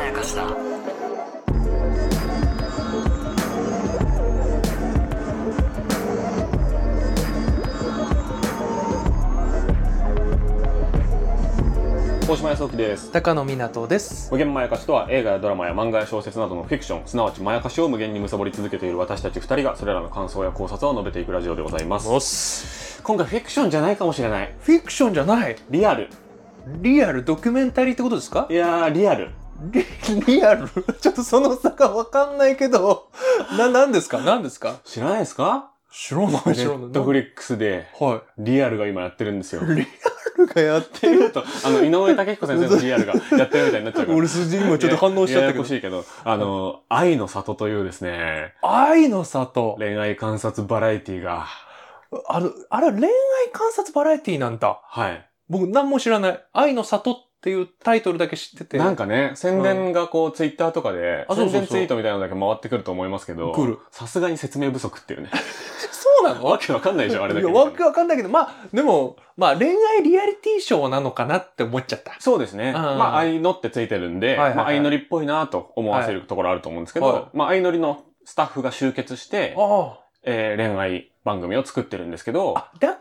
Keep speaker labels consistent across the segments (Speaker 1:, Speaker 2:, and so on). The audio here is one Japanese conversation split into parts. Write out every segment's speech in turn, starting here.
Speaker 1: やかしだ
Speaker 2: 大島康之です
Speaker 3: 高野湊です。
Speaker 2: 無限まやかしとは映画やドラマや漫画や小説などのフィクションすなわちまやかしを無限に貪り続けている私たち2人がそれらの感想や考察を述べていくラジオでございます今回フィクションじゃないかもしれない
Speaker 3: フィクションじゃない。
Speaker 2: リアル
Speaker 3: リアルドキュメンタリーってことですか
Speaker 2: いやーリアル
Speaker 3: リリアル ちょっとその差がわかんないけど、な、なんですかなんですか
Speaker 2: 知らないですか
Speaker 3: 知らな
Speaker 2: ネ
Speaker 3: い知らない。
Speaker 2: ットフリックスで
Speaker 3: は
Speaker 2: リアルが今やってるんですよ
Speaker 3: い。リアルがやってる。
Speaker 2: ちょっとあの井上武彦先生のリアルがやってるみたいになっちゃうから
Speaker 3: 俺筋今ちょっと反応しちゃったけ
Speaker 2: ややこし
Speaker 3: ど。
Speaker 2: いけどあの「愛の里」というですね
Speaker 3: 愛の里。
Speaker 2: 恋愛観察バラエティが
Speaker 3: あの、あれは恋愛観察バラエティなんだ。
Speaker 2: はい
Speaker 3: 僕何も知らない。愛の里っていうタイトルだけ知ってて。
Speaker 2: なんかね、宣伝がこう、ツイッターとかで、
Speaker 3: あそう
Speaker 2: 宣
Speaker 3: そうそう
Speaker 2: 伝ツイートみたいなのだけ回ってくると思いますけど
Speaker 3: 来る、
Speaker 2: さすがに説明不足っていうね。
Speaker 3: そうなの
Speaker 2: わけわかんないでしょ、あれだけ
Speaker 3: い
Speaker 2: 見
Speaker 3: や、
Speaker 2: て
Speaker 3: わ
Speaker 2: も。
Speaker 3: けわかんないけど、まあ、でも、まあ、恋愛リアリティショーなのかなって思っちゃった。
Speaker 2: そうですね。
Speaker 3: ん
Speaker 2: まあ、愛のってついてるんで、
Speaker 3: はいはいはい
Speaker 2: まあ、愛のりっぽいなと思わせるところあると思うんですけど、
Speaker 3: はい
Speaker 2: まあ、愛のりのスタッフが集結して、
Speaker 3: あ
Speaker 2: えー恋愛番組を作ってるんですけど、
Speaker 3: あ。だか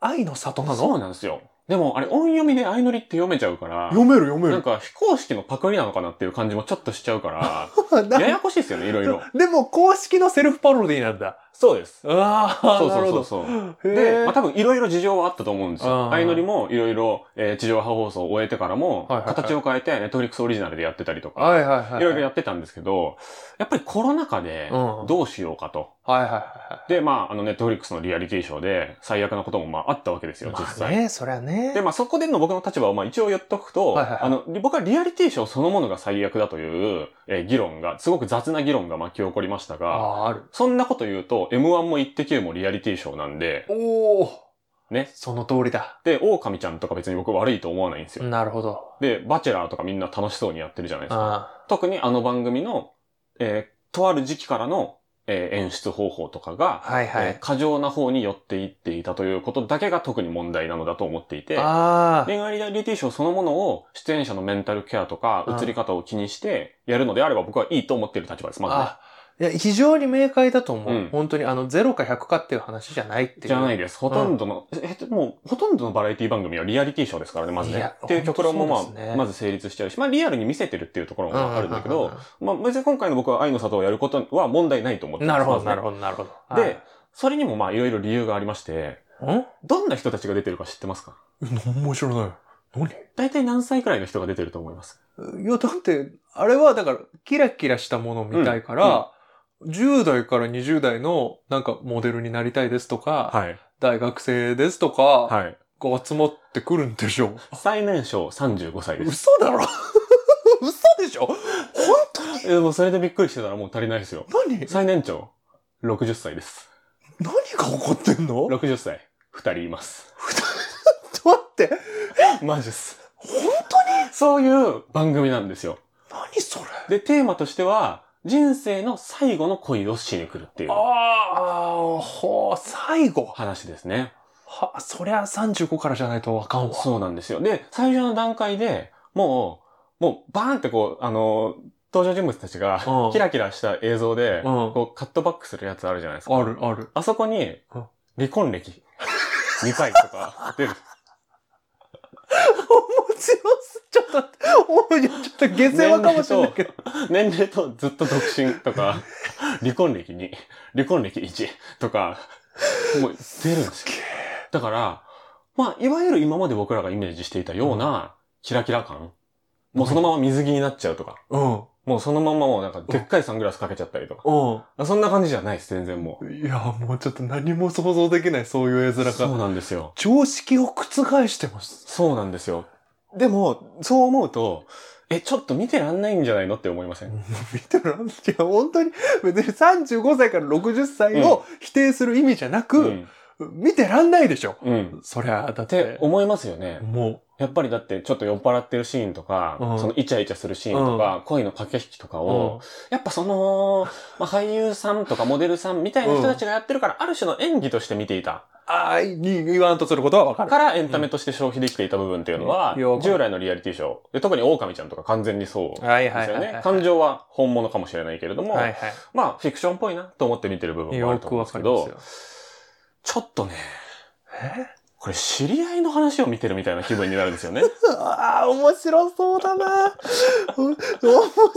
Speaker 3: ら、愛の里な
Speaker 2: そ
Speaker 3: の
Speaker 2: うなんですよ。でも、あれ、音読みで愛のりって読めちゃうから、
Speaker 3: める読め
Speaker 2: なん。か非公式のパクリなのかなっていう感じもちょっとしちゃう か ら、ややこしいですよね、いろいろ。
Speaker 3: でも、公式のセルフパロディなんだ。
Speaker 2: そうです。
Speaker 3: ああ、
Speaker 2: そう
Speaker 3: な
Speaker 2: そう
Speaker 3: る
Speaker 2: そ
Speaker 3: ほ
Speaker 2: う
Speaker 3: ど。
Speaker 2: そう。
Speaker 3: へ
Speaker 2: で、
Speaker 3: え
Speaker 2: まあ、多分いろいろ事情はあったと思うんです
Speaker 3: あ
Speaker 2: よ。
Speaker 3: ー
Speaker 2: 相乗りもいろいろ、えー地上波放送を終えてからも
Speaker 3: はいはいは、い
Speaker 2: 形を変えて、ネットフリックスオリジナルでやってたりとか、
Speaker 3: はいいはいはい。
Speaker 2: ろいろやってたんですけど、やっぱりコロナ禍で
Speaker 3: うん
Speaker 2: どうしようかと。
Speaker 3: はいはいは
Speaker 2: で、まあ、あの、ネットフリックスのリアリティショーで最悪なこともまああったわけです
Speaker 3: い。
Speaker 2: よ、実
Speaker 3: まあ
Speaker 2: 際。
Speaker 3: ね、そりゃね
Speaker 2: で、。まあ、そこでの僕の立場を、まあ、一応言っとくと、
Speaker 3: はいはいはい
Speaker 2: あの、僕はリアリティショーそのものが最悪だという、えー議論が、すごく雑な議論が巻き起こりました
Speaker 3: あ
Speaker 2: が、
Speaker 3: あ、ある。
Speaker 2: そんなこと言うと、M1 もイッテ Q もリアリティショーなんで、
Speaker 3: おお。
Speaker 2: ね
Speaker 3: その通りだ。
Speaker 2: で、狼ちゃんとか別に僕悪いと思わないんですよ。
Speaker 3: なるほど。
Speaker 2: で、バチェラーとかみんな楽しそうにやってるじゃないですか。
Speaker 3: あ
Speaker 2: 特にあの番組の、えーとある時期からの、えー演出方法とか
Speaker 3: あ。
Speaker 2: が、
Speaker 3: はいは
Speaker 2: えー
Speaker 3: い。
Speaker 2: 過剰な方に寄っていっていたということだけが特に問題なのだと思っていて、
Speaker 3: ああ。
Speaker 2: 恋愛リアリティショーそのものを出演者のメンタルケアとか
Speaker 3: うん
Speaker 2: 映り方を気にしてやるのであれば僕はいいと思っている立場です、まず、ね
Speaker 3: あ。いや、非常に明快だと思う。
Speaker 2: うん
Speaker 3: 本当に、あの、0か100かっていう話じゃないっていう。
Speaker 2: じゃないです。ほとんどの、ええもう、ほとんどのバラエティ番組はリアリティショーですからね、まず
Speaker 3: い
Speaker 2: ね
Speaker 3: や。
Speaker 2: っていう極論もまあ、
Speaker 3: 本当そうですね
Speaker 2: まず成立しちゃうし、まあリアルに見せてるっていうところ
Speaker 3: う
Speaker 2: もあるんだけど、
Speaker 3: う
Speaker 2: まあ別に今回の僕は愛の里をやることは問題ないと思っ
Speaker 3: う
Speaker 2: て
Speaker 3: ん
Speaker 2: ます。
Speaker 3: なるほ
Speaker 2: ま
Speaker 3: ど、
Speaker 2: ずね
Speaker 3: なるほど、なるほど。
Speaker 2: で、それにもまあいろいろ理由がありまして、
Speaker 3: はい、ん
Speaker 2: どんな人たちが出てるか知ってますか
Speaker 3: 何も知らない。
Speaker 2: 大体何歳くらいの人が出てると思います
Speaker 3: 何いや、だって、あれはだから、キラキラしたものを見たいから、10代から20代の、なんか、モデルになりたいですとか、
Speaker 2: はい。
Speaker 3: 大学生ですとか、
Speaker 2: はい。
Speaker 3: が集まってくるんでしょ
Speaker 2: 最年少35歳です。
Speaker 3: 嘘だろ 嘘でしょ本当に
Speaker 2: え、でもそれでびっくりしてたらもう足りないですよ。
Speaker 3: 何
Speaker 2: 最年長60歳です。
Speaker 3: 何が起こってんの
Speaker 2: 60歳。二人います。
Speaker 3: ちょっと待って、
Speaker 2: マジです。
Speaker 3: 本当に
Speaker 2: そういう番組なんですよ。
Speaker 3: 何それ
Speaker 2: で、テーマとしては、人生の最後の恋をしに来るっていう
Speaker 3: ああ、ほう、最後。
Speaker 2: 話ですね。
Speaker 3: は、そりゃ35からじゃないとわかんわ。
Speaker 2: そうなんですよ。で、最初の段階で、もう、もう、バーンってこう、あの、登場人物たちが
Speaker 3: うん、
Speaker 2: キラキラした映像で、
Speaker 3: ん
Speaker 2: こう、カットバックするやつあるじゃないですか。
Speaker 3: ある、ある。
Speaker 2: あそこに
Speaker 3: うん、
Speaker 2: 離婚歴、2回とか出る。
Speaker 3: 面白す。ちょっと待って、おいちょっと下世話かもしれないけど。
Speaker 2: 年齢とずっと独身とか、離婚歴2、離婚歴1とか、もう出るんですよ。だから、まあ、いわゆる今まで僕らがイメージしていたような、キラキラ感。もうそのまま水着になっちゃうとか。
Speaker 3: う
Speaker 2: もうそのままもうなんかでっかいサングラスかけちゃったりとか。
Speaker 3: ん、
Speaker 2: そんな感じじゃないです、全然も
Speaker 3: うん。いや、もうちょっと何も想像できない、そういう絵
Speaker 2: う。
Speaker 3: 面
Speaker 2: そう
Speaker 3: が。
Speaker 2: なんですよ。
Speaker 3: 常識を覆してます。
Speaker 2: そうなんですよ。でも、そう思うと、え、ちょっと見てらんないんじゃないのって思いません
Speaker 3: 見てるいや、本当に、別に35歳から60歳を否定する意味じゃな
Speaker 2: う
Speaker 3: く、
Speaker 2: ん。
Speaker 3: 見てらんないでしょ。
Speaker 2: うん。
Speaker 3: そりゃ、だっ
Speaker 2: って
Speaker 3: て、
Speaker 2: 思いますよね。
Speaker 3: も
Speaker 2: やっぱりだってちょっと酔っ払ってるシーンとか、
Speaker 3: うん
Speaker 2: そのイチャイチャするシーンとか、恋の駆け引きとか
Speaker 3: う、
Speaker 2: を、やっぱその、まあ、俳優さんとかモデルさんみたいな人たちがやってるから、ある種の演技として見ていた
Speaker 3: あーに言わんとすることはわかる。
Speaker 2: からエンタメとして消費できていた部分っていうのは、
Speaker 3: うんようわかる
Speaker 2: 従来のリアリティショーで、特に狼ちゃんとか完全にそうで
Speaker 3: はいは
Speaker 2: すよ
Speaker 3: いはいは
Speaker 2: ね
Speaker 3: い。。
Speaker 2: 感情は本物かもしれないけれども、
Speaker 3: はいは
Speaker 2: まあ、フィクションっぽいなと思って見てる部分
Speaker 3: い。
Speaker 2: もあ
Speaker 3: よ
Speaker 2: ると
Speaker 3: く
Speaker 2: 思うん
Speaker 3: わ
Speaker 2: です
Speaker 3: か
Speaker 2: け
Speaker 3: ります
Speaker 2: ど
Speaker 3: よ、。
Speaker 2: ちょっとね、
Speaker 3: え
Speaker 2: これ知り合いの話を見てるみたいな気分になるんですよね。
Speaker 3: ああ、面白そうだな。お面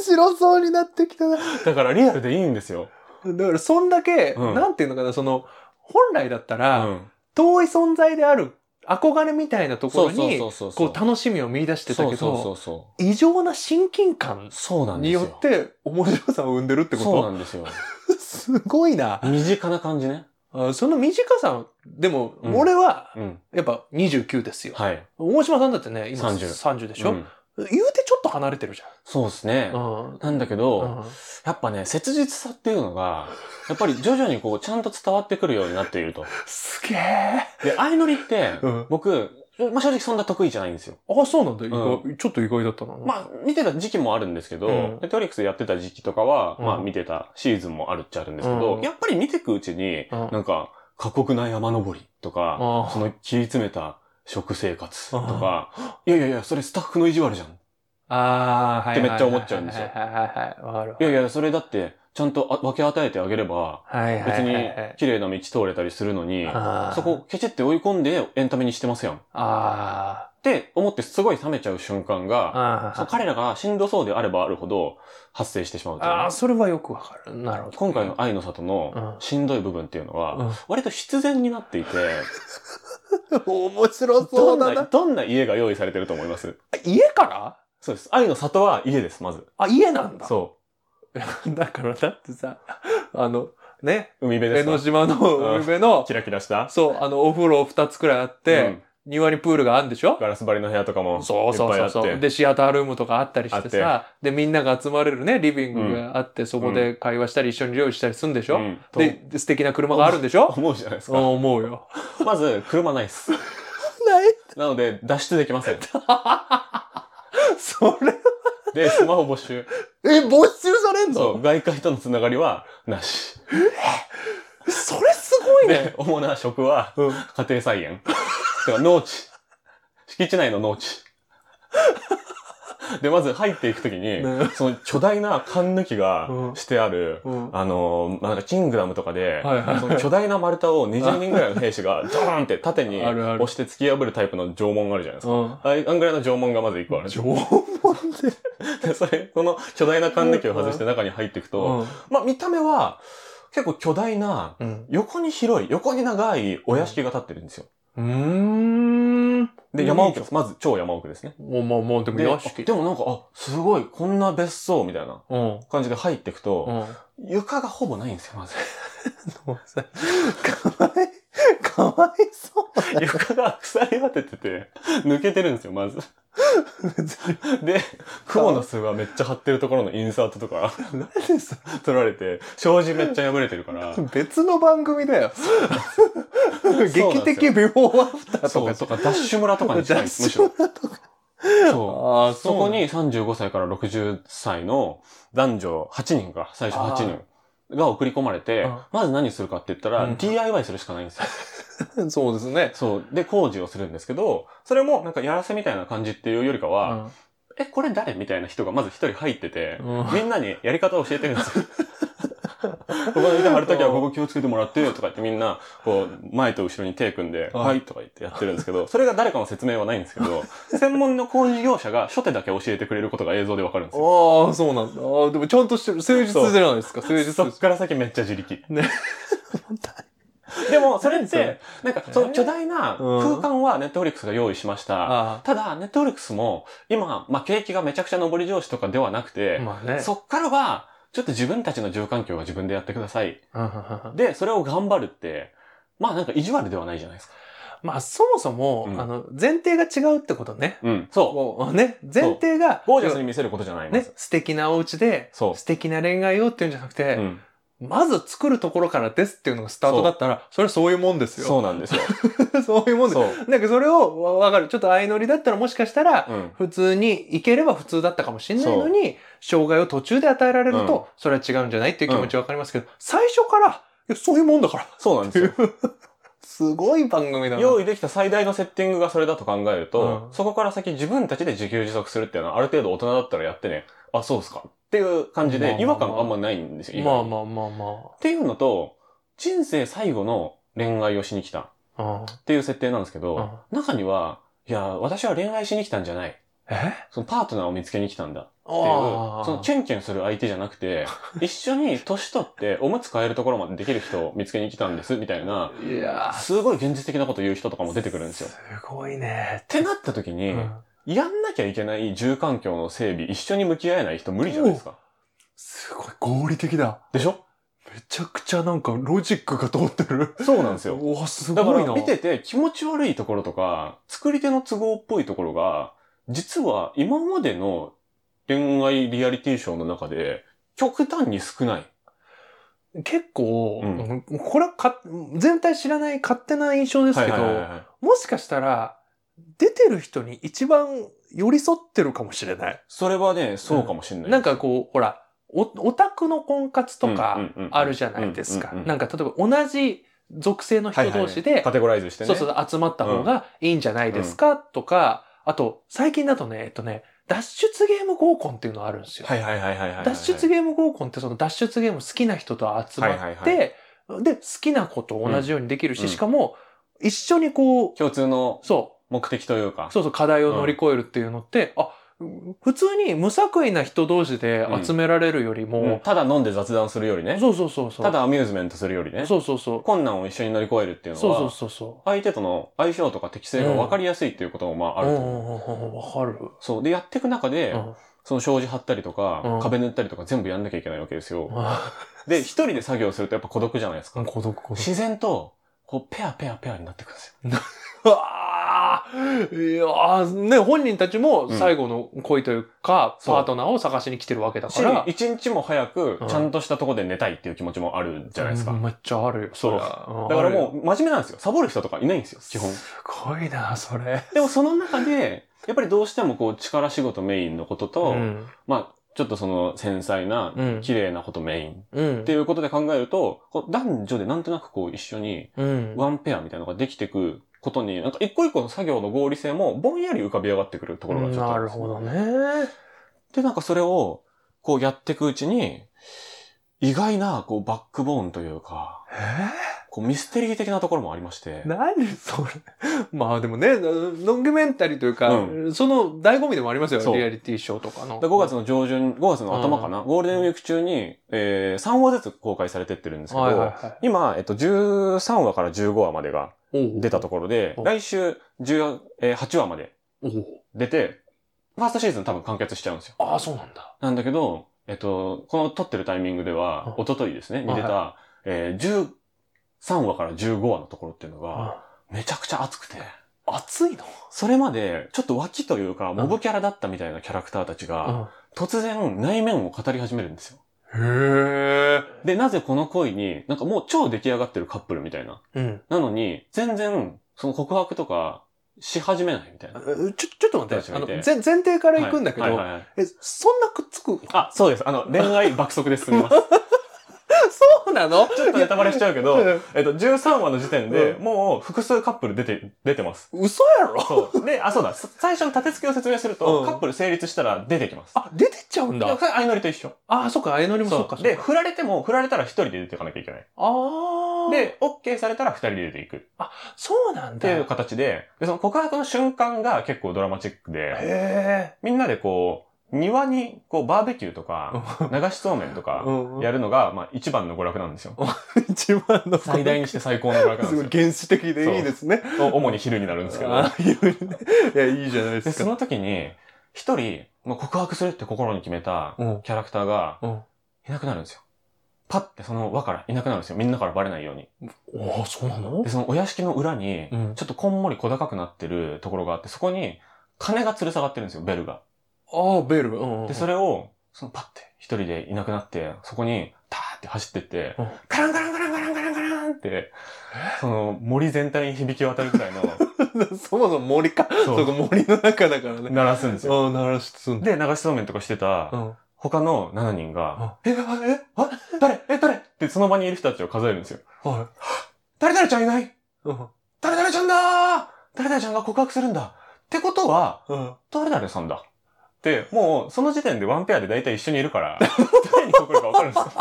Speaker 3: 白そうになってきたな。
Speaker 2: だからリアルでいいんですよ。
Speaker 3: だから、そんだけ、
Speaker 2: うん
Speaker 3: なんていうのかな、その、本来だった
Speaker 2: う
Speaker 3: ら、
Speaker 2: ん。
Speaker 3: 遠い存在である憧れみたいなところに、
Speaker 2: うそう
Speaker 3: こう、楽しみを見出してたけど、
Speaker 2: そうそうそう
Speaker 3: 異常な親近
Speaker 2: そう。
Speaker 3: 感
Speaker 2: そうなんで
Speaker 3: に
Speaker 2: すよ。
Speaker 3: よって、面白さを生んでるってこ
Speaker 2: そう
Speaker 3: と
Speaker 2: なんですよ。
Speaker 3: すごいな。
Speaker 2: 身近な感じね。
Speaker 3: あその短さ、でも、
Speaker 2: うん
Speaker 3: 俺は、
Speaker 2: うん。
Speaker 3: やっぱ29ですよ。
Speaker 2: はい。
Speaker 3: 大島さんだってね、今
Speaker 2: 30
Speaker 3: 30でしょ、
Speaker 2: うん
Speaker 3: 言うてちょっと離れてるじ
Speaker 2: そうですね
Speaker 3: ゃん。。うん。
Speaker 2: なんだけ
Speaker 3: う
Speaker 2: ど、
Speaker 3: ん
Speaker 2: やっぱね、切実さっていうのが、やっぱり徐々にこう、ちゃんと伝わってくるようになっていると。
Speaker 3: すげえ。
Speaker 2: で、相乗りって、
Speaker 3: うん
Speaker 2: 僕、まあ、正直そんな得意じゃないんですよ。
Speaker 3: あ、そうなんだ。意外
Speaker 2: う
Speaker 3: ちょっと意外だったな。
Speaker 2: まあ、見てた時期もあるんですけど、
Speaker 3: う
Speaker 2: ネ
Speaker 3: ん
Speaker 2: ットフリックスやってた時期とかは、
Speaker 3: うん
Speaker 2: まあ見てたシーズンもあるっちゃあるんですけど、
Speaker 3: うん
Speaker 2: やっぱり見てくうちに、
Speaker 3: うん
Speaker 2: なんか、過酷な山登りとか、
Speaker 3: あ
Speaker 2: その切り詰めた食生活とか、いやいやいや、それスタッフの意地悪じゃん。
Speaker 3: あー、はい。
Speaker 2: ってめっちゃ思っちゃうんですよ
Speaker 3: はいはいはいはい。わかるわ。
Speaker 2: いやいや、それだって、ちゃんとあ分け与えてあげれば、
Speaker 3: はいは
Speaker 2: 別
Speaker 3: いはい
Speaker 2: に
Speaker 3: はい。
Speaker 2: 綺麗な道通れたりするのに、
Speaker 3: あー
Speaker 2: そこ、ケチって追い込んでエンタメにしてますやん。っ
Speaker 3: あ
Speaker 2: て思ってすごい冷めちゃう瞬間
Speaker 3: ー
Speaker 2: が、
Speaker 3: あー。
Speaker 2: そう彼らがしんどそうであればあるほど発生してしまうというね
Speaker 3: ああ、それはよくわかる。なるほど。
Speaker 2: 今回の愛の里の
Speaker 3: うん
Speaker 2: しんどい部分っていうの
Speaker 3: う
Speaker 2: は、
Speaker 3: ん、
Speaker 2: 割と必然になってい て、
Speaker 3: 面白
Speaker 2: どんな、。どんな家が用意されてると思います
Speaker 3: 家から
Speaker 2: そうです。愛の里は家です、まず。
Speaker 3: あ、家なんだ。
Speaker 2: そ
Speaker 3: だからだってさ、あの、ね、
Speaker 2: う。海辺で
Speaker 3: 江
Speaker 2: すか
Speaker 3: ノ島の海辺の、
Speaker 2: キラキラした
Speaker 3: そう、あの、お風呂二つくらいあって、、庭にプールがあるんでしょ
Speaker 2: ガラス張りの部屋とかも。
Speaker 3: そうそうそうそ
Speaker 2: いっぱいあっ
Speaker 3: う。
Speaker 2: て
Speaker 3: で、シアタールームとかあったりして
Speaker 2: あ
Speaker 3: さ、で、みんなが集まれるね、リビングがあって、そこで会話したり一緒に料理したりするんでしょ、
Speaker 2: うん
Speaker 3: で、で素敵な車があるんでしょ
Speaker 2: 思うじゃないです
Speaker 3: そう
Speaker 2: か。
Speaker 3: 思うよ。
Speaker 2: まず、車ないっす。なので、脱出できま せん。
Speaker 3: それ、
Speaker 2: で、スマホ没収。
Speaker 3: え、没収されん
Speaker 2: そう、外界とのつながりは、なし。
Speaker 3: それすごいね。
Speaker 2: で、 主な職は、
Speaker 3: うん
Speaker 2: 家庭菜園。てか、農地。敷地内の農地。で、まず入っていくときに、
Speaker 3: ね
Speaker 2: その巨大な缶抜きが
Speaker 3: うん
Speaker 2: してある、
Speaker 3: うん
Speaker 2: あのー、まあ、なんかキングダムとかで、
Speaker 3: はいはいはい
Speaker 2: その巨大な丸太を20人ぐらいの兵士 がドーンって縦に
Speaker 3: あるある
Speaker 2: 押して突き破るタイプの縄文があるじゃないですか。
Speaker 3: うん。
Speaker 2: あいあんぐらいの縄文がまず1個ある。
Speaker 3: 縄文で。
Speaker 2: でそれ、その巨大な缶抜きを外して中に入っていくと、まあ見た目は結構巨大な、
Speaker 3: うん。
Speaker 2: 横に広い、横に長いお屋敷が建ってるんですよ。
Speaker 3: うん。う
Speaker 2: で、
Speaker 3: ん
Speaker 2: 山奥です。まず超山奥ですね。
Speaker 3: もう、もう、もう、でも、
Speaker 2: で
Speaker 3: 屋敷。
Speaker 2: あでもなんか、あ、すごい、こんな別荘みたいな
Speaker 3: うん。
Speaker 2: 感じで入っていく
Speaker 3: う
Speaker 2: と、
Speaker 3: ん。
Speaker 2: 床がほぼないんですよ、まず。
Speaker 3: さ、かわい、かわいそ
Speaker 2: 床が腐り果ててて、抜けてるんですよ、まず。
Speaker 3: う。別に
Speaker 2: で、雲の巣がめっちゃ張ってるところのインサートとか
Speaker 3: 何でさ、
Speaker 2: 取られて、障子めっちゃ破れてるから、
Speaker 3: 別の番組だ よ。劇的ビフォーアフターと
Speaker 2: そう、
Speaker 3: か
Speaker 2: とか、ダッシュ村とかにしたいんです、むしろ。そう。
Speaker 3: ああ、
Speaker 2: そこに35歳から60歳の男女8人か、最初8人が送り込まれて
Speaker 3: あ、
Speaker 2: まず何するかって言ったら、
Speaker 3: うん
Speaker 2: DIY するしかないんですよ。
Speaker 3: そう。そうですね。
Speaker 2: そう。で、工事をするんですけど、それもなんかやらせみたいな感じっていうよりか
Speaker 3: う
Speaker 2: は、
Speaker 3: ん
Speaker 2: え、これ誰みたいな人がまず一人入ってて、
Speaker 3: うん
Speaker 2: みんなにやり方を教えてるんですよ。 ここで板張るときはここ気をつけてもらってとか言ってみんな、こう、前と後ろに手組んで、
Speaker 3: うん
Speaker 2: はいとか言ってやってるんですけど、それが誰かの説明はないんですけ ど、専門の工事業者が初手だけ教えてくれることが映像でわかるんですよ。
Speaker 3: ああ、そうなんだ。あーでもちゃんとしてる。誠実じゃないですか。誠実
Speaker 2: そ
Speaker 3: で
Speaker 2: っ
Speaker 3: す。
Speaker 2: から先めっちゃ自力。
Speaker 3: ね。
Speaker 2: でも、それっ
Speaker 3: それ
Speaker 2: て、なんか、その巨大な空間はネットフリックスが用意しました。
Speaker 3: あ
Speaker 2: ただ、ネットフリックスも、今、まあ、景気がめちゃくちゃ上り調子とかではなく
Speaker 3: あ。
Speaker 2: て、
Speaker 3: まあね。
Speaker 2: そっからは、ちょっと自分たちの住環境は自分でやってください。
Speaker 3: うんうんうんうん
Speaker 2: で、それを頑張るって、まあなんか意地悪ではないじゃないですか。
Speaker 3: まあ、そもそも、
Speaker 2: うん
Speaker 3: あの、前提が違うってことね。
Speaker 2: うん。そう。
Speaker 3: もうね、前提が、
Speaker 2: ゴージャスに見せることじゃないんで
Speaker 3: ね
Speaker 2: す。、
Speaker 3: 素敵なお家で、
Speaker 2: そう
Speaker 3: 素敵な恋愛をっていうんじゃなくて、
Speaker 2: うん。
Speaker 3: まず作るところからですっていうのがスタートだったら、それはそういうもんですよ。
Speaker 2: そうなんですよ。
Speaker 3: そういうもんです。
Speaker 2: そう。
Speaker 3: なんかそれをわわかる。ちょっと相乗りだったらもしかしたら、
Speaker 2: うん。
Speaker 3: 普通に行ければ普通だったかもしれないのに、障害を途中で与えられると、 それは違うんじゃないっていう気持ちわかりますけど、最初から、いやそういうもんだから。
Speaker 2: そうなんですよ。
Speaker 3: すごい番組だな。
Speaker 2: 用意できた最大のセッティングがそれだと考えると、
Speaker 3: うん
Speaker 2: そこから先自分たちで自給自足するっていうのはある程度大人だったらやってね、あ、そうですかっていう感じ
Speaker 3: まあ
Speaker 2: で
Speaker 3: まあ
Speaker 2: 違和感あんまないんですよ。意
Speaker 3: まあ
Speaker 2: 外に
Speaker 3: まあまあま
Speaker 2: っていうのと、人生最後の恋愛をしに来たっ
Speaker 3: あ。
Speaker 2: ていう設定なんですけ
Speaker 3: う
Speaker 2: ど、
Speaker 3: ん
Speaker 2: 中には、いや、私は恋愛しに来たんじゃない。
Speaker 3: え
Speaker 2: そのパートナーを見つけに来たんだっていう、
Speaker 3: ああ。
Speaker 2: そのチュンチュンする相手じゃなく て、一緒に年取っておむつ変えるところまでできる人を見つけに来たんです、みたいな、
Speaker 3: いやー
Speaker 2: すごい現実的なこと言う人とかも出てくるんですよ。っ
Speaker 3: すごいね。
Speaker 2: てなった時に、
Speaker 3: うん
Speaker 2: やんなきゃいけない住環境の整備、一緒に向き合えない人無理じゃないですか。
Speaker 3: すごい合理的だ。
Speaker 2: でしょ
Speaker 3: めちゃくちゃなんかロジックが通ってる。
Speaker 2: そうなんですよ。
Speaker 3: おーす
Speaker 2: だか
Speaker 3: ごい
Speaker 2: ら
Speaker 3: な。
Speaker 2: 見てて気持ち悪いところとか、作り手の都合っぽいところが、実は今までの恋愛リアリティショーの中で極端に少ない。
Speaker 3: 結構、
Speaker 2: うん
Speaker 3: これはか全体知らない勝手な印象ですけど、
Speaker 2: はいはいはいはい
Speaker 3: もしかしたら、出てる人に一番寄り添ってるかもしれない。
Speaker 2: それはね、そうかもしれない。
Speaker 3: なんかこう、ほら、おオタクの婚活とかあるじゃないですか。なん
Speaker 2: か
Speaker 3: か例えば同じ属性の人同士で、
Speaker 2: カテゴライズしてね。
Speaker 3: そうそう、集まった方がいいんじゃないですか、とか、あと、最近だとね、えっとね、脱出ゲーム合コンっていうのがあるんですよ。
Speaker 2: はいはいはいはいはいはい。
Speaker 3: 脱出ゲーム合コンってその脱出ゲーム好きな人と集まって、
Speaker 2: はいはい
Speaker 3: で、好きなことを同じようにできるし、
Speaker 2: うん
Speaker 3: しかも、一緒にこう、
Speaker 2: 共通の
Speaker 3: そ
Speaker 2: 目的というか
Speaker 3: う、。そうそう、課題を乗り越えるっていうのって、あ、普通に無作為な人同士で集められるよりも、
Speaker 2: うんただ飲んで雑談するよりね。
Speaker 3: そうそうそうそう。
Speaker 2: ただアミューズメントするよりね。
Speaker 3: そうそうそう。
Speaker 2: 困難を一緒に乗り越えるっていうのは、
Speaker 3: そうそうそうそ
Speaker 2: 相手との相性とか適性が分かりやすいっていうこともま
Speaker 3: う。
Speaker 2: ああ
Speaker 3: う
Speaker 2: る
Speaker 3: ん
Speaker 2: と
Speaker 3: う
Speaker 2: 思う。
Speaker 3: んうんうん、わかる。
Speaker 2: そう。で、やっていく中で、
Speaker 3: うん
Speaker 2: その障子貼ったりとか、
Speaker 3: うん
Speaker 2: 壁塗ったりとか全部やんなきゃいけないわけですよ。
Speaker 3: あ
Speaker 2: で、一人で作業するとやっぱ孤独じゃないですか。
Speaker 3: 孤独孤独。
Speaker 2: 自然と、こう、ペアペアペアになってくるんですよ。
Speaker 3: うわーいやーね、本人たちも最後の恋というか、
Speaker 2: そう
Speaker 3: パートナーを探しに来てるわけだ
Speaker 2: し
Speaker 3: から。、
Speaker 2: 一日も早く
Speaker 3: う、ん
Speaker 2: ちゃんとしたとこで寝たいっていう気持ちもあるじゃないですか。
Speaker 3: うんめっちゃあるよ。
Speaker 2: そう
Speaker 3: りゃん
Speaker 2: だから
Speaker 3: あるよ
Speaker 2: もう、真面目なんですよ。サボる人とかいないんですよ、基本。
Speaker 3: すごいな、それ。
Speaker 2: でもその中で、やっぱりどうしてもこう、力仕事メインのことと、
Speaker 3: うん。
Speaker 2: まあ、ちょっとその、繊細な
Speaker 3: う、ん。
Speaker 2: 綺麗なことメイン
Speaker 3: うん
Speaker 2: っていうことで考えると、こう男女でなんとなくこう、一緒に、
Speaker 3: うん。
Speaker 2: ワンペアみたいなのができてくことに、なんか一個一個の作業の合理性もぼんやり浮かび上がってくるところがちょっと
Speaker 3: な
Speaker 2: あん
Speaker 3: る
Speaker 2: ですよ
Speaker 3: ほどね。
Speaker 2: で、なんかそれを、こうやっていくうちに、意外な、こう、バックボーンというか、
Speaker 3: え
Speaker 2: こう、ミステリー的なところもありまして。
Speaker 3: 何それ。まあでもね、ドキュメンタリーというか、
Speaker 2: う
Speaker 3: その醍醐味でもありますよ、
Speaker 2: そう
Speaker 3: リアリティショーとかの。
Speaker 2: 5月の上旬、5月の頭かな、ゴールデンウィーク中に、えー、3話ずつ公開されてってるんですけど、
Speaker 3: はいはいはい。
Speaker 2: 今、えっと、13話から15話までが
Speaker 3: おう
Speaker 2: 出たところで
Speaker 3: お、
Speaker 2: 来週18話まで
Speaker 3: おう
Speaker 2: 出て、ファーストシーズン多分完結しちゃうんですよ。
Speaker 3: ああ、そうなんだ。
Speaker 2: なんだけど、えっと、この撮ってるタイミングでは、
Speaker 3: うん
Speaker 2: 一昨日ですね、に出た、えー、13話から15話のところっていうのが、めちゃくちゃ熱くて、
Speaker 3: 暑いの
Speaker 2: それまで、ちょっと脇というか、
Speaker 3: ん
Speaker 2: モブキャラだったみたいなキャラクターたちが、突然内面を語り始めるんですよ。
Speaker 3: へえ。
Speaker 2: で、なぜこの恋に、なんかもう超出来上がってるカップルみたいな。
Speaker 3: うん。
Speaker 2: なのに、全然、その告白とか、し始めないみたいな。
Speaker 3: えちょ、ちょっと待って、
Speaker 2: 確
Speaker 3: あ
Speaker 2: か
Speaker 3: の、
Speaker 2: にね
Speaker 3: 前前提から行くんだけ
Speaker 2: はいは
Speaker 3: ど
Speaker 2: い、はいはい
Speaker 3: え、そんなくっつく
Speaker 2: あ、そうです。あの、恋愛爆速です。すみま せん。
Speaker 3: そうなの
Speaker 2: ちょっとネタバレしちゃうけど、
Speaker 3: うん
Speaker 2: えっと、13話の時点で、
Speaker 3: う
Speaker 2: もう複数カップル出て、出てます。
Speaker 3: 嘘やろ
Speaker 2: そう。で、あ、そうだ。さ最初の立て付けを説明すると、
Speaker 3: うん
Speaker 2: カップル成立したら出てきます。
Speaker 3: あ、出てっちゃうん
Speaker 2: で
Speaker 3: だ。
Speaker 2: 相乗りと一緒。
Speaker 3: ああ、そっか、あえのりもそっか。
Speaker 2: で、
Speaker 3: そっか
Speaker 2: 振られても、振られたら一人で出ていかなきゃいけない。
Speaker 3: ああ。、
Speaker 2: で、OK されたら二人で出ていくっ
Speaker 3: そうなん
Speaker 2: て
Speaker 3: だ。
Speaker 2: いう
Speaker 3: へ
Speaker 2: 形で、で、その告白の瞬間が結構ドラマチックで、
Speaker 3: え。
Speaker 2: みんなでこう、庭に、こう、バーベキューとか、流しそうめんとか、や
Speaker 3: る。
Speaker 2: るのが、まあ、一番の娯楽なんですよ。
Speaker 3: 一番の
Speaker 2: 最大にして最高の娯楽なん
Speaker 3: す
Speaker 2: で
Speaker 3: ご
Speaker 2: す
Speaker 3: い
Speaker 2: よ。
Speaker 3: 原始的でいい ですね。
Speaker 2: 主に昼になるんですけど。
Speaker 3: ああいうね。いや、いいじゃない
Speaker 2: で、
Speaker 3: です
Speaker 2: そ
Speaker 3: か。
Speaker 2: の時に、一人、まあ、告白するって心に決めた
Speaker 3: うん
Speaker 2: キャラクターが
Speaker 3: うん、
Speaker 2: いなくなるんですよ。パッてその輪からいなくなるんですよ。みんなからバレないように。
Speaker 3: おお、そうなの
Speaker 2: で、そのお屋敷の裏に
Speaker 3: う、ん
Speaker 2: ちょっとこんもり小高くなってるところがあって、そこに鐘が吊る下がってるんですよ、ベルが。
Speaker 3: ああ、ベル。うんうん。
Speaker 2: で、それを、そのパッて一人でいなくなって、そこに、ターって走ってって
Speaker 3: うん、
Speaker 2: カランカランカランカランカランカランって、その森全体に響き渡るくらいの、
Speaker 3: そもそも森か。
Speaker 2: そう
Speaker 3: そこ森の中だからね。
Speaker 2: 鳴らすんですよ。
Speaker 3: ああ、鳴らしつん
Speaker 2: で、
Speaker 3: だ。
Speaker 2: 流しそうめんとかしてた、
Speaker 3: うん。
Speaker 2: 他の7人が、え、あえ、あ、誰え、誰ってその場にいる人たちを数えるんですよ。
Speaker 3: は
Speaker 2: 誰々ちゃんいない
Speaker 3: うん。
Speaker 2: 誰々ちゃんだー誰々ちゃんが告白するんだってことは、
Speaker 3: うん。
Speaker 2: 誰々さんだって、もう、その時点でワンペアで大体一緒にいる から、誰に告るかわかるんですよ。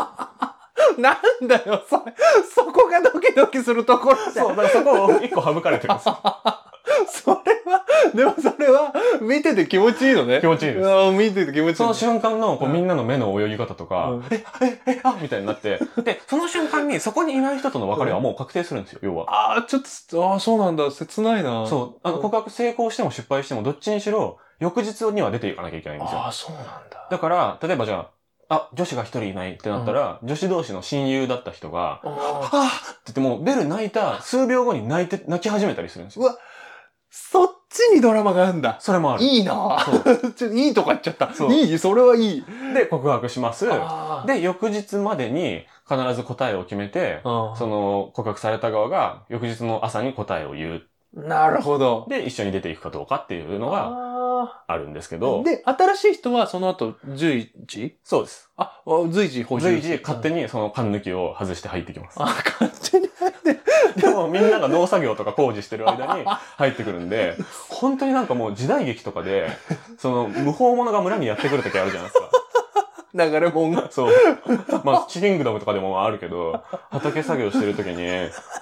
Speaker 3: なんだよ、それ。そこがドキドキするところ だ
Speaker 2: そう、だ
Speaker 3: よ
Speaker 2: からそこを一個省かれてる んですよ。
Speaker 3: それは、でもそれは、見てて気持ちいいのね。
Speaker 2: 気持ちいいです。
Speaker 3: うん見てて気持ちいい。
Speaker 2: その瞬間の、こう、みんなの目の泳ぎ方とか、
Speaker 3: うん
Speaker 2: え、え、え、あみたいになって、で、その瞬間にそこにいない人との別れはもう確定するんですよ、要は。
Speaker 3: ああ、ちょっと、ああ、そうなんだ。切ないな。う。
Speaker 2: そう、あの、告白成功しても失敗しても、どっちにしろ、翌日には出ていかなきゃいけないんですよ。
Speaker 3: ああ、そうなんだ。
Speaker 2: だから、例えばじゃあ、あ、女子が一人いないってなったら、女子同士の親友だった人が、
Speaker 3: あー
Speaker 2: あーって言ってもうベル泣いた数秒後に泣いて、泣き始めたりするんですよ。
Speaker 3: そっちにドラマがあるんだ。
Speaker 2: それもある。
Speaker 3: いいな
Speaker 2: そう
Speaker 3: ぁ ちょいいとこ言っちゃった
Speaker 2: そう。
Speaker 3: いいそれはいい。
Speaker 2: で、告白します。
Speaker 3: あー
Speaker 2: で、翌日までに必ず答えを決めて、
Speaker 3: うん
Speaker 2: その告白された側が翌日の朝に答えを言う。
Speaker 3: なるほど。
Speaker 2: で、一緒に出ていくかどうかっていうのが
Speaker 3: あ
Speaker 2: あるんですけ
Speaker 3: ー
Speaker 2: ど、
Speaker 3: で、新しい人はその後、随時
Speaker 2: そうです。
Speaker 3: あ、あ随時補充。
Speaker 2: 随時勝手
Speaker 3: に。
Speaker 2: にその缶抜きを外して入ってきます。
Speaker 3: あ、勝手に。
Speaker 2: でもみんなが農作業とか工事してる間に入ってくるんで、本当になんかもう時代劇とかで、その無法者が村にやってくる時あるじゃないですか。
Speaker 3: 流れもんが。
Speaker 2: そう。まあ、チキングダムとかでもあるけど、畑作業してる時に、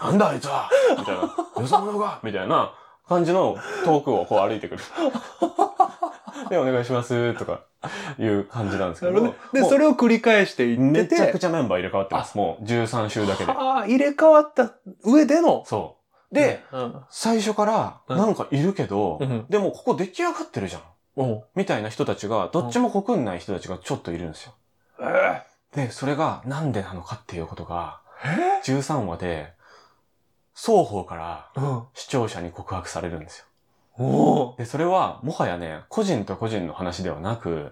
Speaker 2: なんだあいつはみたいな、よそ者がみたいな感じの遠くをこう歩いてくる。で、お願いしますとかいう感じなんですけ
Speaker 3: な
Speaker 2: ど。
Speaker 3: るほどで、
Speaker 2: もう
Speaker 3: それを繰り返していって
Speaker 2: め
Speaker 3: て。
Speaker 2: ちゃくちゃメンバー入れ替わってます。もう13週だけで。
Speaker 3: ああ、入れ替わった上での。
Speaker 2: そう。で、、
Speaker 3: うん。
Speaker 2: 最初から、
Speaker 3: うん
Speaker 2: なんかいるけど、
Speaker 3: うん
Speaker 2: でもここ出来上がってるじゃん。
Speaker 3: おう
Speaker 2: みたいな人たちが、どっちも国んない人たちがちょっといるんですよ。
Speaker 3: えー
Speaker 2: で、それがなんでなのかっていうことが、
Speaker 3: え
Speaker 2: 13話で、双方から
Speaker 3: うん。
Speaker 2: 視聴者に告白されるんですよ。
Speaker 3: おー
Speaker 2: で、それはもはやね、個人と個人の話ではなく、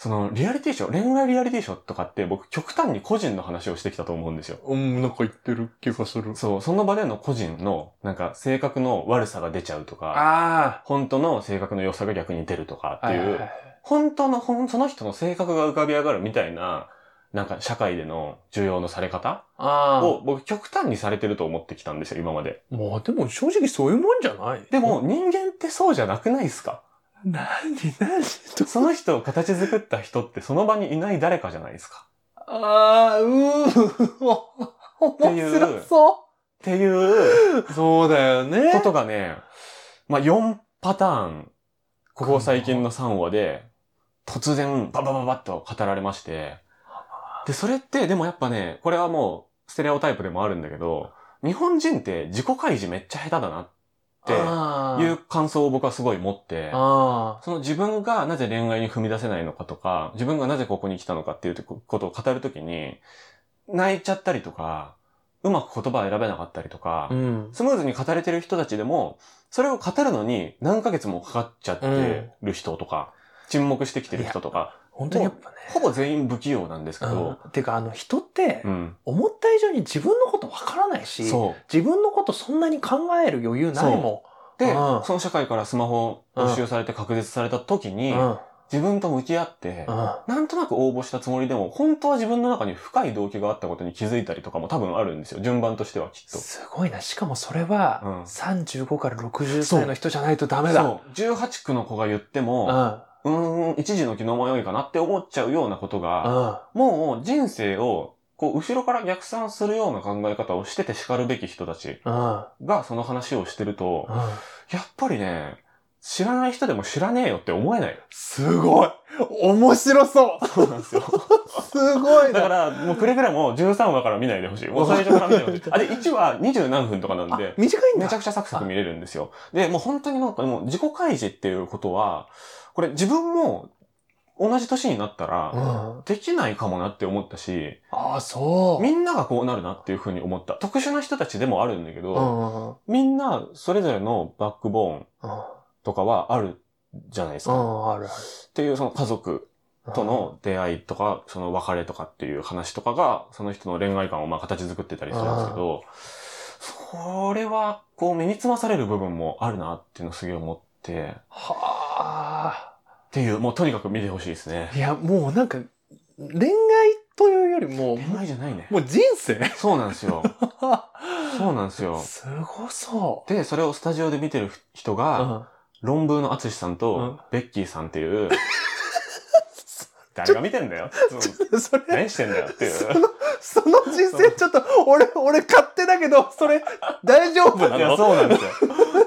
Speaker 2: そのリアリティショー、恋愛リアリティショーとかって僕極端に個人の話をしてきたと思うんですよ。
Speaker 3: うん、なんか言ってる気がする。
Speaker 2: そう、その場での個人の、なんか性格の悪さが出ちゃうとか、
Speaker 3: あ
Speaker 2: 本当の性格の良さが逆に出るとか
Speaker 3: あ。
Speaker 2: って、
Speaker 3: はいいうはいはい。
Speaker 2: 本当のほん、その人の性格が浮かび上がるみたいな、なんか社会での重要のされ方
Speaker 3: あ
Speaker 2: を僕極端にされてると思ってきたんですよ、今まで。
Speaker 3: あ。まあでも正直そういうもんじゃない。
Speaker 2: で、も人間ってそうじゃなくないですか
Speaker 3: なになにと。
Speaker 2: その人を形作った人ってその場にいない誰かじゃないですか
Speaker 3: ああ、うー、お
Speaker 2: ていう
Speaker 3: 面白そ
Speaker 2: っていう
Speaker 3: う。そうだよね
Speaker 2: ことがね、まあ、4パターン、ここ最近の3話で、突然ババババッと語られまして、で、それってでもやっぱね、これはもうステレオタイプでもあるんだけど、日本人って自己開示めっちゃ下手だなって
Speaker 3: あ
Speaker 2: い
Speaker 3: ー
Speaker 2: う感想を僕はすごい持って、
Speaker 3: あ
Speaker 2: その自分がなぜ恋愛に踏み出せないのかとか、自分がなぜここに来たのかっていうことを語るときに、泣いちゃったりとか、うまく言葉を選べなかったりとか、
Speaker 3: あ。うん。
Speaker 2: スムーズに語れてる人たちでも、それを語るのに何ヶ月もかかっちゃってる人とか、沈黙してきてる人とか、
Speaker 3: 本当にやっぱね。
Speaker 2: ほぼ全員不器用なんですけど、
Speaker 3: うんてかあの人って
Speaker 2: う、ん。
Speaker 3: 思った以上に自分のことわからないし、
Speaker 2: そう。
Speaker 3: 自分のことそんなに考える余裕ないも
Speaker 2: で、
Speaker 3: うん
Speaker 2: その社会からスマホを没収されて隔絶された時
Speaker 3: ん。
Speaker 2: に、
Speaker 3: うん。
Speaker 2: 自分と向き合って、
Speaker 3: うん。
Speaker 2: なんとなく応募したつもりでも、本当は自分の中に深い動機があったことに気づいたりとかも多分あるんですよ。順番としてはきっと。
Speaker 3: すごいな。しかもそれ
Speaker 2: う
Speaker 3: は
Speaker 2: ん、
Speaker 3: 35から60
Speaker 2: そう
Speaker 3: 歳の人じゃないとダメだ。う。
Speaker 2: そう。18区の子が言って
Speaker 3: ん。う
Speaker 2: も、
Speaker 3: ん。
Speaker 2: うーん、一時の気の迷いかなって思っちゃうようなことが、
Speaker 3: あ
Speaker 2: もう人生を、こう、後ろから逆算するような考え方をしてて叱るべき人たち
Speaker 3: あ。
Speaker 2: がその話をしてると
Speaker 3: う、ん。
Speaker 2: やっぱりね、知らない人でも知らねえよって思えない。
Speaker 3: すごい面白そう
Speaker 2: そうなんですよ。
Speaker 3: すごい
Speaker 2: だから、
Speaker 3: な
Speaker 2: もうくれぐれも13話から見ないでほしい。もう最初から見ないでほしい。あれ、1話20何分とかなん
Speaker 3: あ
Speaker 2: で、
Speaker 3: 短いん
Speaker 2: めちゃ
Speaker 3: だ
Speaker 2: くちゃサクサク見れるんですよ。で、もう本当になんかもう自己開示っていうことは、これ自分も同じ年になった
Speaker 3: う
Speaker 2: ら、
Speaker 3: ん。
Speaker 2: できないかもなって思ったし、
Speaker 3: ああ、そう。
Speaker 2: みんながこうなるなっていうふうに思った。特殊な人たちでもあるんだけ
Speaker 3: う
Speaker 2: ど、
Speaker 3: んうんうん。
Speaker 2: みんなそれぞれのバックボーン
Speaker 3: うん。
Speaker 2: とかはあるじゃないです
Speaker 3: う
Speaker 2: か。っ
Speaker 3: ん、ある
Speaker 2: ていうその家族
Speaker 3: ある。
Speaker 2: との出会いとか、その別れとかっていう話とかが、その人の恋愛観をまあ形作ってたりするんですけど、それはこう身につまされる部分もあるなっていうのをすげえ思って、
Speaker 3: は
Speaker 2: っていう、もうとにかく見てほしいですね
Speaker 3: あ。。いや、もうなんか、恋愛というよりも、
Speaker 2: 恋愛じゃないね。
Speaker 3: もう人生
Speaker 2: そうなんですよ。そうなんですよ。
Speaker 3: すごそ
Speaker 2: で、それをスタジオで見てる人
Speaker 3: う。う
Speaker 2: が、
Speaker 3: ん。
Speaker 2: 論文の淳さん
Speaker 3: う
Speaker 2: と
Speaker 3: ん、
Speaker 2: ベッキーさんって いう、誰が見てんだよ。うん
Speaker 3: それ、
Speaker 2: 何してんだよっていう。
Speaker 3: その人生ちょっと、俺、俺勝手だけど、それ、大丈夫ない
Speaker 2: や、
Speaker 3: の
Speaker 2: そうなんですよ。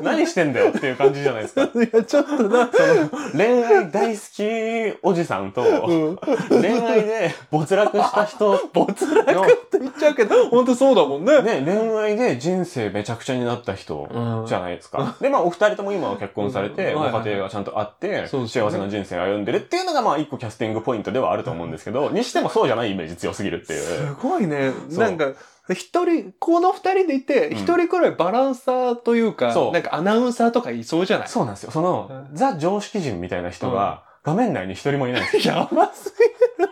Speaker 2: 何してんだよっていう感じじゃないですか。
Speaker 3: いや、ちょっとな、
Speaker 2: その、恋愛大好きおじさんと、
Speaker 3: うん。
Speaker 2: 恋愛で没落した人
Speaker 3: 没落って言っちゃうけど、ほんとそうだもんね。
Speaker 2: ね、恋愛で人生めちゃくちゃになった人
Speaker 3: うん
Speaker 2: じゃないですか。で、まあ、お二人とも今は結婚されて、
Speaker 3: うん
Speaker 2: ご
Speaker 3: はい
Speaker 2: 家
Speaker 3: はい
Speaker 2: 庭がちゃんとあって、
Speaker 3: そう
Speaker 2: 幸せ
Speaker 3: ですね
Speaker 2: な人生を歩んでるっていうのが、まあ、一個キャスティングポイントではあると思うんですけど、にしてもそうじゃないイメージ強すぎるっていう。
Speaker 3: すごいね。
Speaker 2: そう
Speaker 3: なんか、一人、この二人でいて、
Speaker 2: うん
Speaker 3: 一人くらいバランサーというか、
Speaker 2: そう
Speaker 3: なんかアナウンサーとかいそうじゃない
Speaker 2: そうなんですよ。その、ザ常識人みたいな人が、画面内に一人もいないんですよ。
Speaker 3: やばすぎる。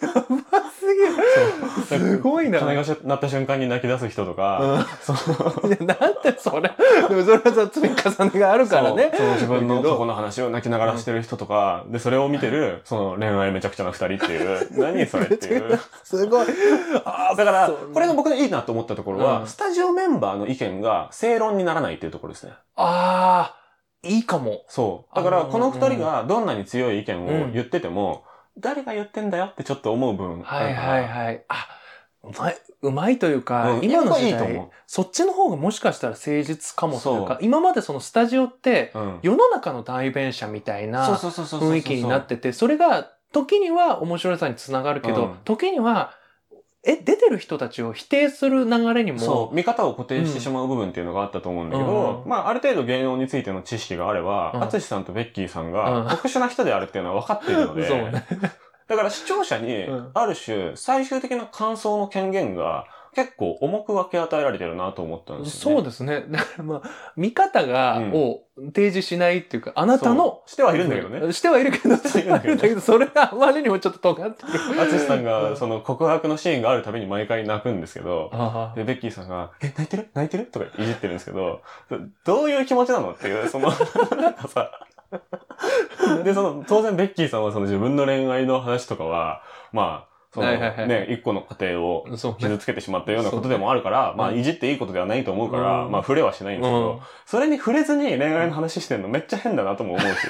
Speaker 3: やばす
Speaker 2: そう
Speaker 3: すごいな
Speaker 2: 金が鳴った瞬間に泣き出す人とか、そう。
Speaker 3: ぎる。いや、なんでそれ。でもそれはさ、積み重ねがあるからね
Speaker 2: そう。その自 分の
Speaker 3: だけど
Speaker 2: 過去の話を泣きながらしてる人とか、で、それを見てる、その恋愛めちゃくちゃな二人って いう、何それっていう。
Speaker 3: すごい。あ
Speaker 2: だから、
Speaker 3: そう
Speaker 2: これが僕のいいなと思ったところは、
Speaker 3: うん
Speaker 2: スタジオメンバーの意見が正論にならないっていうところですね。
Speaker 3: ああ、いいかも。
Speaker 2: そう。だから、
Speaker 3: あー
Speaker 2: この二人がどんなに強い意見を言ってても、誰が言ってんだよってちょっと思う分。
Speaker 3: はいはいはい。あ、うまい、うまいというか、
Speaker 2: うん
Speaker 3: 今の
Speaker 2: い
Speaker 3: 時
Speaker 2: いと
Speaker 3: 代
Speaker 2: 思
Speaker 3: そっちの方がもしかしたら誠実かもという
Speaker 2: そ
Speaker 3: か、今までそのスタジオって、
Speaker 2: うん。
Speaker 3: 世の中の代弁者みたいな
Speaker 2: そうそうそうそうそう。
Speaker 3: 雰囲気になってて、それが時には面白さにつながるけど、
Speaker 2: うん
Speaker 3: 時には、え、出てる人たちを否定する流れに
Speaker 2: そ
Speaker 3: も、
Speaker 2: う、見方を固定してしまう部分っていうのがあったと思うんだけど、
Speaker 3: うん
Speaker 2: まあ、ある程度芸能についての知識があれば、
Speaker 3: うん
Speaker 2: 淳さんとベッキーさん
Speaker 3: うん
Speaker 2: が特殊な人であるっていうのは分かっているので、
Speaker 3: そう ね
Speaker 2: だから視聴者に
Speaker 3: うん、
Speaker 2: ある種、最終的な感想の権限が結構重く分け与えられてるなと思ったんですよね。
Speaker 3: そうですね。 だからまあ、見方が、
Speaker 2: うん
Speaker 3: を提示しないっていうか、あなたの、
Speaker 2: そうしてはいるんだけどね。
Speaker 3: してはいるけ ど、
Speaker 2: してはいるんだけどね
Speaker 3: だけど、 それがあまりにもちょっと尖ってる。
Speaker 2: 淳さん
Speaker 3: う
Speaker 2: が、
Speaker 3: ん
Speaker 2: その告白のシーンがあるたびに毎回泣くんですけど、
Speaker 3: あ
Speaker 2: で、ベッキーさんが、え、泣いてる泣いてるとかいじってるんですけど、どういう気持ちなのっていう、 その、なんかさ、で、その、当然ベッキーさんはその自分の恋愛の話とかは、まあ、その、
Speaker 3: はいはいはい
Speaker 2: ね、一個の過程を
Speaker 3: あ そうね。
Speaker 2: 傷つけてしまったようなことでもあるから、まあ、
Speaker 3: うん
Speaker 2: いじっていいことではないと思うから、
Speaker 3: うん
Speaker 2: まあ、触れはしないんですけど、
Speaker 3: うん
Speaker 2: それに触れずに恋愛の話してんのめっちゃ変だなとも 思うし、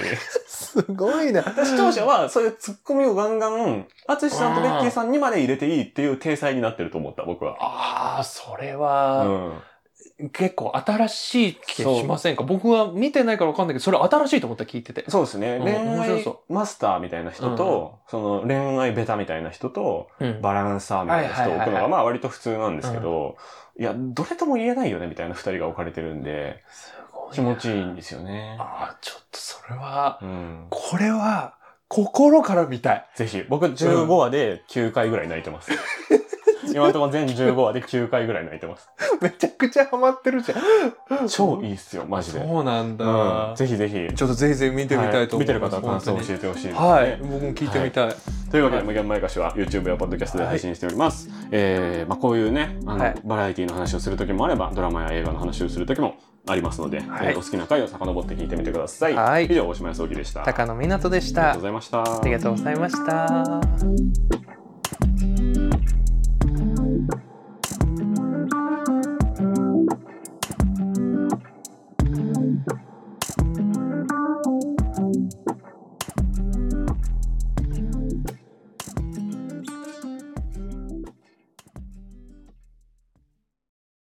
Speaker 3: すごいな。
Speaker 2: 視聴者はそういうツッコミをガンガン、淳さんとベッキーさんにまで入れていいっていう体裁になってると思った、僕は。
Speaker 3: ああ、それ
Speaker 2: う
Speaker 3: は、
Speaker 2: ん。
Speaker 3: 結構新しい気
Speaker 2: そう
Speaker 3: しませんか僕は見てないからわかんないけど、それ新しいと思った聞いてて。
Speaker 2: そうですね。
Speaker 3: うん
Speaker 2: 恋
Speaker 3: 面白
Speaker 2: 愛
Speaker 3: そ
Speaker 2: マスターみたいな人と、その恋愛ベタみたいな人と、
Speaker 3: うん
Speaker 2: バランサーみたいな人を置く
Speaker 3: はい
Speaker 2: の
Speaker 3: はいはいは
Speaker 2: が、
Speaker 3: い
Speaker 2: まあ割と普通なんですけど、いや、どれとも言えないよねみたいな二人が置かれてるんで、
Speaker 3: すごいな
Speaker 2: 気持ちいいんですよね。
Speaker 3: ああ、ちょっとそれは、
Speaker 2: うん。
Speaker 3: これは、心から見たい。
Speaker 2: ぜひ、僕15話で9回ぐらい泣いてます。今のところ全15話で9回ぐらい泣いてます。
Speaker 3: めちゃくちゃハマってるじゃん。
Speaker 2: 超いいっすよ、マジで。
Speaker 3: そうなんだ。
Speaker 2: うん。ぜひぜひ。
Speaker 3: ちょっとぜひぜひ見てみたいと思
Speaker 2: 見て
Speaker 3: い
Speaker 2: る
Speaker 3: ま
Speaker 2: 方
Speaker 3: す。
Speaker 2: は感想を教
Speaker 3: え
Speaker 2: えてほしいですね。
Speaker 3: はい。僕も聞いてみたい。
Speaker 2: というわけで、無限前歌詞は YouTube や Podcast で配信しております。えーまあ、こういうね、あの、
Speaker 3: はい
Speaker 2: バラエティの話をする時もあれば、ドラマや映画の話をする時もありますので、
Speaker 3: はい
Speaker 2: えーお好きな回を遡って聞いてみてください。
Speaker 3: はい
Speaker 2: 以上、大島康之でした。あり
Speaker 3: 高野湊でし
Speaker 2: が
Speaker 3: た
Speaker 2: とうご。ざいました。
Speaker 3: ありがとうございました。